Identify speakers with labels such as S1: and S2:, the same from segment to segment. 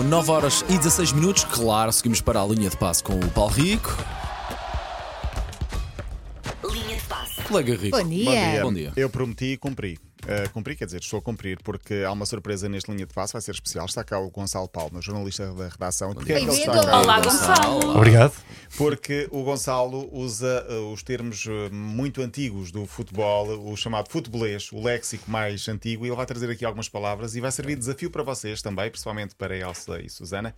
S1: 9 horas e 16 minutos. Claro, seguimos para a linha de passo com o Paulo Rico.
S2: Linha de passe.
S1: Colega Rico.
S3: Bom dia.
S1: Bom dia.
S4: Eu prometi e cumpri. Uh, cumpri, quer dizer, estou a cumprir, porque há uma surpresa neste linha de passo, vai ser especial. Está cá o Gonçalo Palma, jornalista da redação. E porquê é que ele está
S3: Bem-vindo.
S4: cá?
S2: Olá,
S1: Gonçalo.
S2: Gonçalo.
S5: Obrigado.
S4: Porque o Gonçalo usa uh, os termos uh, muito antigos do futebol, o chamado futebolês, o léxico mais antigo, e ele vai trazer aqui algumas palavras e vai servir de desafio para vocês também, principalmente para Elsa e Susana,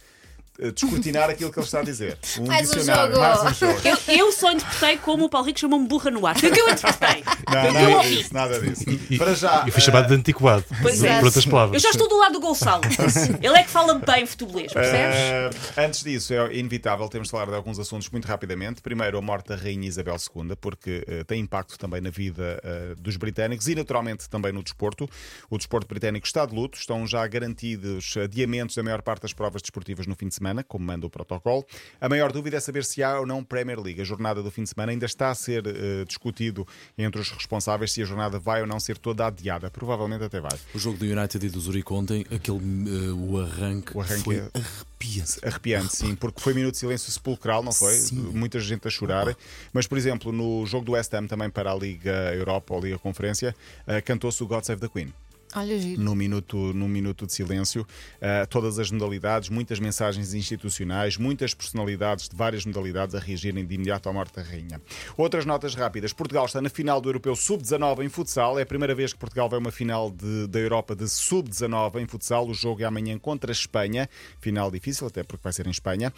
S4: uh, descortinar aquilo que ele está a dizer. Um
S3: Mais um
S4: dicionário,
S3: jogo.
S4: mais um jogo.
S2: Eu, eu só interpretei como o Paulo Rico chamou-me burra no ar. Foi o que eu interpretei.
S4: Não,
S2: Foi o que eu
S4: nada
S2: ouvi.
S4: disso, nada disso.
S5: E-
S4: Para já.
S5: E fui chamado de antiquado.
S2: eh, Pois
S5: por,
S2: é.
S5: por outras
S2: Eu
S5: palavras.
S2: já estou do lado do Gonçalo. Ele é que fala bem futebolês, percebes?
S4: Ah, antes disso, é inevitável, temos de falar de alguns assuntos muito rapidamente. Primeiro, a morte da Rainha Isabel II, porque eh, tem impacto também na vida eh, dos britânicos e, naturalmente, também no desporto. O desporto britânico está de luto, estão já garantidos adiamentos da maior parte das provas desportivas no fim de semana, como manda o protocolo. A maior dúvida é saber se há ou não Premier League. A jornada do fim de semana ainda está a ser eh, discutido entre os responsáveis se a jornada vai ou não ser toda adiada. Provavelmente até vai.
S1: O jogo do United e do Zurique ontem, aquele eh, o arranque,
S4: O arranque
S1: foi
S4: é-
S1: arrepiante.
S4: Arrepiante, sim, porque foi minuto de silêncio sepulcral, não foi? Muita gente a chorar. Mas, por exemplo, no jogo do West Ham, também para a Liga Europa ou Liga Conferência, eh, cantou-se o God Save the Queen.
S3: Olha, giro.
S4: Num minuto, num minuto de silêncio, eh, todas as modalidades, muitas mensagens institucionais, muitas personalidades de várias modalidades a reagirem de imediato à morte da rainha. Outras notas rápidas: Portugal está na final do Europeu Sub-19 em futsal. É a primeira vez que Portugal vai a uma final de- da Europa de Sub-19 em futsal. O jogo é amanhã contra a Espanha. Final difícil, até porque vai ser em Espanha.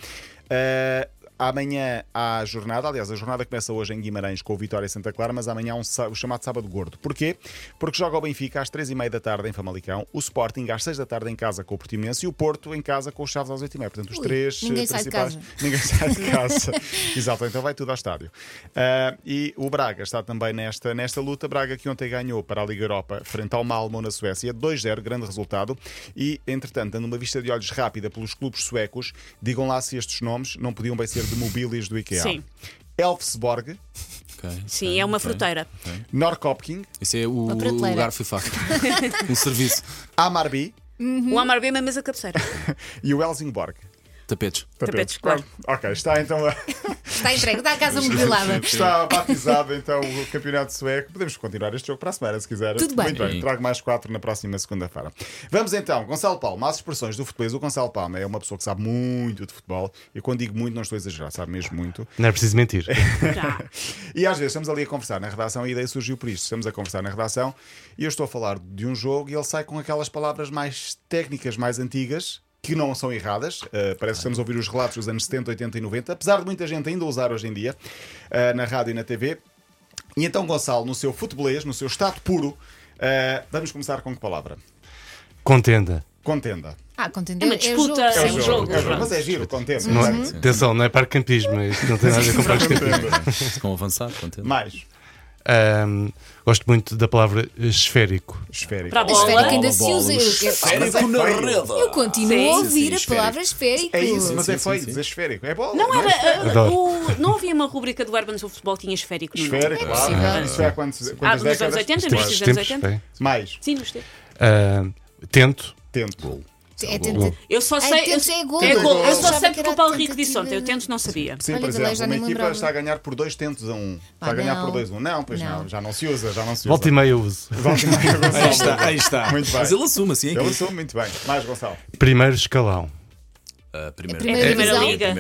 S4: Eh, Amanhã há jornada, aliás, a jornada começa hoje em Guimarães com o Vitória e Santa Clara, mas amanhã há um, sá- o chamado Sábado Gordo. Porquê? Porque joga o Benfica às 3h30 da tarde em Famalicão, o Sporting às 6 da tarde em casa com o Portimonense e o Porto em casa com os Chaves às 8h30. Portanto, os
S3: Ui,
S4: três eh,
S3: ninguém sai de
S4: principais.
S3: casa.
S4: Ninguém sai de casa. Exato, então vai tudo ao estádio. Ah, e o Braga está também nesta, nesta luta. Braga que ontem ganhou para a Liga Europa frente ao Malmo na Suécia. 2-0, grande resultado. E, entretanto, dando uma vista de olhos rápida pelos clubes suecos, digam lá se estes nomes não podiam bem ser de mobílias do IKEA.
S2: Sim.
S4: Elfsborg,
S1: Ok,
S2: Sim,
S1: ok,
S2: é uma
S1: ok.
S2: fruteira.
S4: Norrköping,
S1: Esse é o,
S3: Uma prateleira.
S1: o garfo e faca. um serviço.
S4: Amarby
S2: O Amar bem é uma mesa de cabeceira.
S4: e o Helsingborg.
S1: Tapetes.
S2: Tapetes, claro.
S4: Ok, está então a-
S3: Está entregue, dá a casa mobilada.
S4: Está batizado então o campeonato sueco. Podemos continuar este jogo para a semana, se quiser.
S3: Tudo bem.
S4: Muito bem, trago mais quatro na próxima segunda-feira. Vamos então, Gonçalo Palma, as expressões do futebolês. O Gonçalo Palma é uma pessoa que sabe muito de futebol. E quando digo muito, não estou a exagerar, sabe mesmo muito.
S5: Não é preciso mentir.
S2: Já.
S4: E às vezes estamos ali a conversar na redação, e a ideia surgiu por isto. Estamos a conversar na redação e eu estou a falar de um jogo e ele sai com aquelas palavras mais técnicas, mais antigas. Que não são erradas, Uh, parece que estamos a ouvir os relatos dos anos 70, 80 e 90, apesar de muita gente ainda usar hoje em dia uh, na rádio e na TV. E então, Gonçalo, no seu futebolês, no seu estado puro, uh, vamos começar com que palavra?
S5: Contenda.
S4: Contenda.
S3: Ah, contente.
S2: É uma disputa,
S3: É
S2: é
S3: jogo.
S2: um jogo.
S4: É Mas é giro, contenda.
S5: Não é-
S2: Uhum.
S4: exato.
S5: atenção, não é parque campismo. Isto não tem nada a ver com parque campismo.
S1: Se vão avançar, contente.
S4: Mais,
S5: Ahm, gosto muito da palavra esférico.
S4: esférico.
S2: Para a bola.
S3: Esférico ainda
S1: Bola,
S3: se
S1: bola,
S3: usa. Eu- eu-
S4: Mas é
S1: Esférico na
S4: feio.
S1: rede.
S3: Eu continuo
S2: Sim,
S3: a
S1: sim,
S2: sim,
S3: ouvir a
S1: esférico.
S3: palavra esférico.
S4: É isso, mas é
S1: sim,
S4: feio
S1: sim.
S4: dizer esférico. É bola.
S2: Não era. uh,
S5: Adoro.
S2: o- Não havia uma rubrica do Urban Show Futebol tinha esférico no nome.
S4: Esférico, claro.
S3: possível.
S4: Isso Hum, é há quantos,
S2: Ah,
S4: quantas
S2: nos
S4: décadas?
S2: anos 80,
S4: Claro.
S2: nos
S5: Os
S2: anos
S5: tempos,
S2: 80.
S5: bem.
S4: Mais,
S2: Sim, nos tempos.
S5: Ahm, tento.
S4: tento.
S3: É
S5: Bom.
S3: tentativa.
S2: Eu só sei.
S3: tento é gol.
S2: É gol. Eu só sei
S3: Achava que
S2: porque
S3: era
S2: o Paulo Rico disse
S3: tentativa
S2: ontem. Eu
S3: de-
S2: tento não sabia.
S4: Sim,
S3: Olha,
S4: por
S3: que eu já
S4: exemplo, uma
S3: nem
S4: equipa
S3: lembrava.
S4: está a ganhar por dois tentos a um. Está
S3: Ah,
S4: a ganhar
S3: não.
S4: por dois a um. Não, pois não.
S3: Não.
S4: já não se usa, já não se usa.
S5: Volta e meia eu uso.
S4: Volta e meia, Gonçalo.
S1: Aí está, aí está.
S4: Muito bem.
S1: Mas ele assume assim. é
S4: Eu
S1: que-
S4: sou muito bem. Mais, Gonçalo.
S5: Primeiro escalão.
S1: A primeira,
S3: A primeira
S2: divisão.
S1: Primeira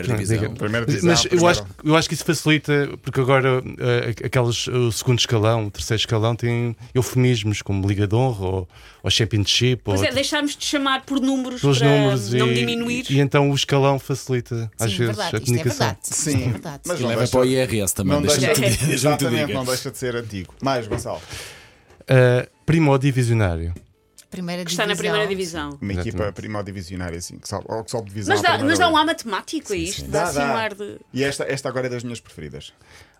S5: Não,
S1: divisão.
S5: diga-
S4: Primeira divisão,
S5: Mas eu
S4: primeiro.
S5: acho, eu acho que isso facilita, porque agora eh, aqueles, o segundo escalão, o terceiro escalão, tem eufemismos como Liga de Honra ou, ou Championship.
S2: Pois
S5: ou
S2: é, deixarmos de chamar por números
S5: pelos
S2: para
S5: números
S2: não
S5: e,
S2: diminuir.
S5: e então o escalão facilita às
S3: Sim,
S5: vezes
S3: verdade.
S5: a
S3: Isto é
S5: comunicação.
S3: verdade. Isto é
S4: Sim.
S3: verdade.
S4: Mas
S1: E
S4: não
S1: leva
S4: deixa-
S1: para o IRS também.
S4: Não
S1: Deixa-me
S4: deixa,
S1: te dizer. Deixa-me te
S4: exatamente,
S1: diga.
S4: não deixa de ser antigo. Mais, Gonçalo.
S5: Ah, primodivisionário.
S3: Primeira
S2: Que está na primeira divisão.
S4: Uma equipa
S5: Exatamente.
S4: primodivisionária, assim, que sobe, ou que sobe divisão.
S2: Mas
S4: à
S2: dá,
S4: primeira
S2: mas dá
S4: liga.
S2: é um ar matemático a isto. Dá assim um ar de.
S4: E esta, esta agora é das minhas preferidas.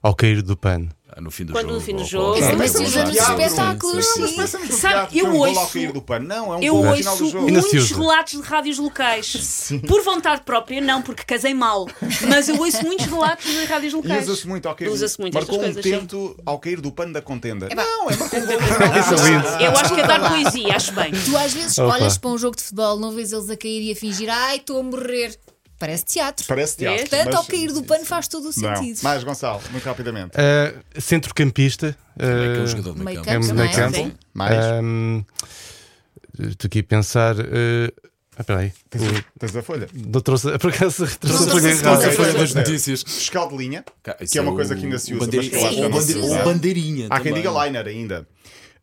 S5: ao cair do pano.
S1: Ah, No fim do
S2: Quando no
S1: jogo.
S2: fim do
S1: ou-
S2: jogo.
S1: ou-
S2: Sim,
S1: ou-
S3: mas
S1: ou-
S3: usamos
S1: ou- ou-
S3: espetáculos,
S1: sim,
S4: Mas
S1: sim.
S4: parece-me
S2: Sabe,
S4: desviado, porque
S2: eu
S4: é um gol
S2: ouço-
S4: ao cair do pano. Não, é um
S2: Eu
S4: gol no
S2: ouço
S4: final do jogo.
S5: Ainda se
S2: muitos
S5: usa.
S2: relatos de rádios locais. Por vontade própria, não, porque casei mal. Mas eu ouço muitos relatos de rádios
S4: E
S2: locais.
S4: usa-se muito ao cair
S2: Usa-se muito
S4: Marcou
S2: estas
S4: um
S2: coisas, sim.
S4: tento ao cair do pano da contenda.
S3: pá.
S4: Não, é marcou um gol.
S2: Eu acho que é dar poesia, acho bem.
S3: Tu às vezes
S5: Opa.
S3: olhas para um jogo de futebol, não vês eles a cair e a fingir, ai, estou a morrer. Parece teatro.
S4: Parece teatro.
S3: Portanto,
S4: mas-
S3: ao cair do pano faz todo o
S4: Não.
S3: sentido.
S4: Mais, Gonçalo, muito rapidamente.
S5: Ah, Centrocampista.
S1: Que é um
S5: ah,
S1: jogador de meio
S3: Meio
S1: campo.
S3: campo,
S5: É
S3: não
S5: meio campo.
S3: Sim.
S4: Mais.
S5: Ahm, ah, Estou aqui a pensar. eh, ah, peraí.
S4: Tens, a, tens a folha.
S5: Não trouxe, por acaso, trouxe a
S3: trouxe
S5: folha
S3: a segunda
S5: errada.
S1: Essa foi
S4: Sim.
S1: uma das notícias.
S4: Fiscal de linha,
S1: Cá, isso
S4: que é uma
S1: o-
S4: coisa que ainda se
S1: o
S4: usa. mas
S1: bandeira-
S4: que eu acho que
S1: Ou
S4: não se
S1: bande-
S4: usa.
S1: ou bandeirinha.
S4: Há quem
S1: também.
S4: diga liner ainda.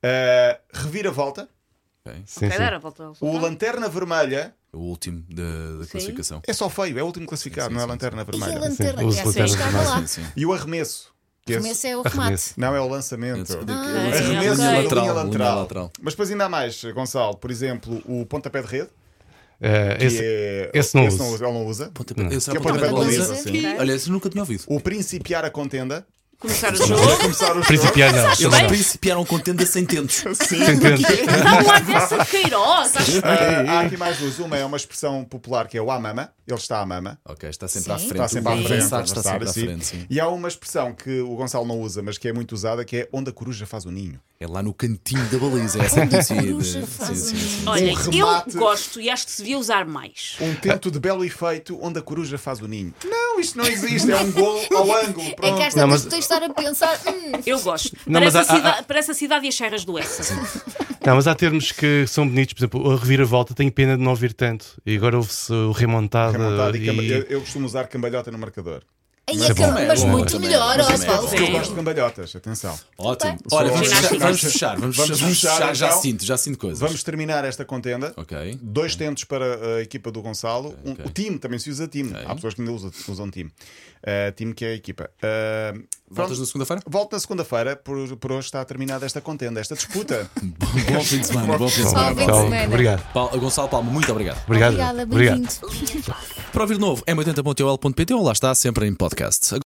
S4: Uh, reviravolta,
S5: Sim,
S2: Vai
S5: sim.
S2: dar a volta ao
S4: o
S2: resultado.
S4: lanterna vermelha
S1: O último da da classificação.
S4: é só feio, é o último
S1: Sim,
S4: classificado,
S1: sim,
S4: não é
S1: sim,
S4: lanterna
S3: E a
S4: vermelha.
S3: lanterna,
S5: Os
S3: essa eu
S5: lanternas
S3: estava
S5: mais,
S3: lá.
S1: Sim, sim.
S4: E o arremesso, que esse-
S3: Começa é o remate.
S5: Arremesso.
S4: não é o lançamento.
S3: Ah,
S4: Arremesso
S3: ok.
S4: e
S1: é Lateral,
S4: linha
S1: linha
S4: lateral.
S1: lateral.
S4: Mas depois ainda há mais, Gonçalo, por exemplo, o pontapé de rede,
S5: Eh,
S4: que
S5: esse-
S4: é-
S5: esse não usa.
S4: ele não usa.
S1: Pontapé- Esse é
S4: Que
S1: o
S4: é
S1: pontapé de
S3: pontapé de
S1: baliza.
S3: baliza,
S1: Que-
S2: sim.
S1: Olha, esse nunca tinha ouvido.
S4: O principiar a contenda.
S2: Começar o jogo.
S4: Começar o jogo.
S5: Principiar ah, não.
S2: Acho
S5: não,
S1: Eles
S2: bem.
S5: não.
S1: principiaram contenda sem tentos.
S5: Sem tentos.
S2: Dá-me lá dessa de Queiroz. acho que-
S4: Ah, há aqui mais duas. Uma é uma expressão popular que é o à mama. Ele está à mama.
S1: Ok, está sempre
S3: Sim.
S1: à frente.
S4: Está sempre à
S1: O
S4: frente.
S1: avançado está
S4: abraçar,
S1: sempre à
S4: assim.
S1: frente, sim.
S4: E há uma expressão que o Gonçalo não usa, mas que é muito usada, que é onde a coruja faz o ninho.
S1: É lá no cantinho da baliza. É essa que eu sei de-
S3: coruja
S1: sim,
S3: faz
S1: sim,
S3: um-
S1: sim.
S2: Olha,
S4: Um remate.
S2: eu gosto e acho que se devia usar mais.
S4: Um tento de belo efeito onde a coruja faz o ninho. Não, isto não existe. É um gol ao ângulo.
S3: É que
S4: Pronto.
S3: às
S5: Não,
S3: tantas
S5: mas-
S3: tu tens de estar a pensar, hum,
S2: Eu gosto.
S5: Não, mas
S2: parece,
S5: há-
S2: a cida-
S5: há-
S2: parece a cidade e as serras do Essa.
S5: Não, mas há termos que são bonitos, por exemplo, a reviravolta tenho pena de não ouvir tanto. E agora ouve-se o remontada.
S4: Remontada e
S5: e-
S4: camba- Eu, eu costumo usar cambalhota no marcador.
S3: aí
S1: Mas
S3: é que-
S5: bom,
S1: é
S3: mas
S1: bom,
S3: muito
S1: também é
S3: melhor,
S1: bom,
S3: ó
S1: também é
S3: Paulo.
S1: bom.
S4: Porque eu
S2: Sim.
S4: gosto de cambalhotas, atenção.
S1: Ótimo.
S3: Bem.
S1: Olha,
S4: Só-
S1: vamos
S2: Ginástica.
S1: fechar, vamos fechar. Vamos
S4: Vamos fechar,
S1: fechar. Já
S4: então.
S1: sinto, já sinto coisas.
S4: Vamos terminar esta contenda.
S1: Ok.
S4: Dois tentos para a equipa do Gonçalo. Um-
S1: ok.
S4: O time também se usa time. Há pessoas que ainda usam, usam time. Uh, time que é a equipa. Uh,
S1: Voltas
S4: pronto.
S1: na segunda-feira?
S4: Volto na segunda-feira. Por, por hoje está terminada esta contenda, esta disputa.
S1: Bom fim de semana. Bom fim de
S3: Bom fim de
S5: Tchau.
S1: semana.
S3: semana.
S5: então, Obrigado.
S1: Paulo- Gonçalo Palma, muito obrigado.
S5: Obrigado.
S3: Obrigada,
S5: Obrigado.
S3: bem-vindo.
S1: Para ouvir de novo, m80.ol.pt ou lá está sempre em podcast.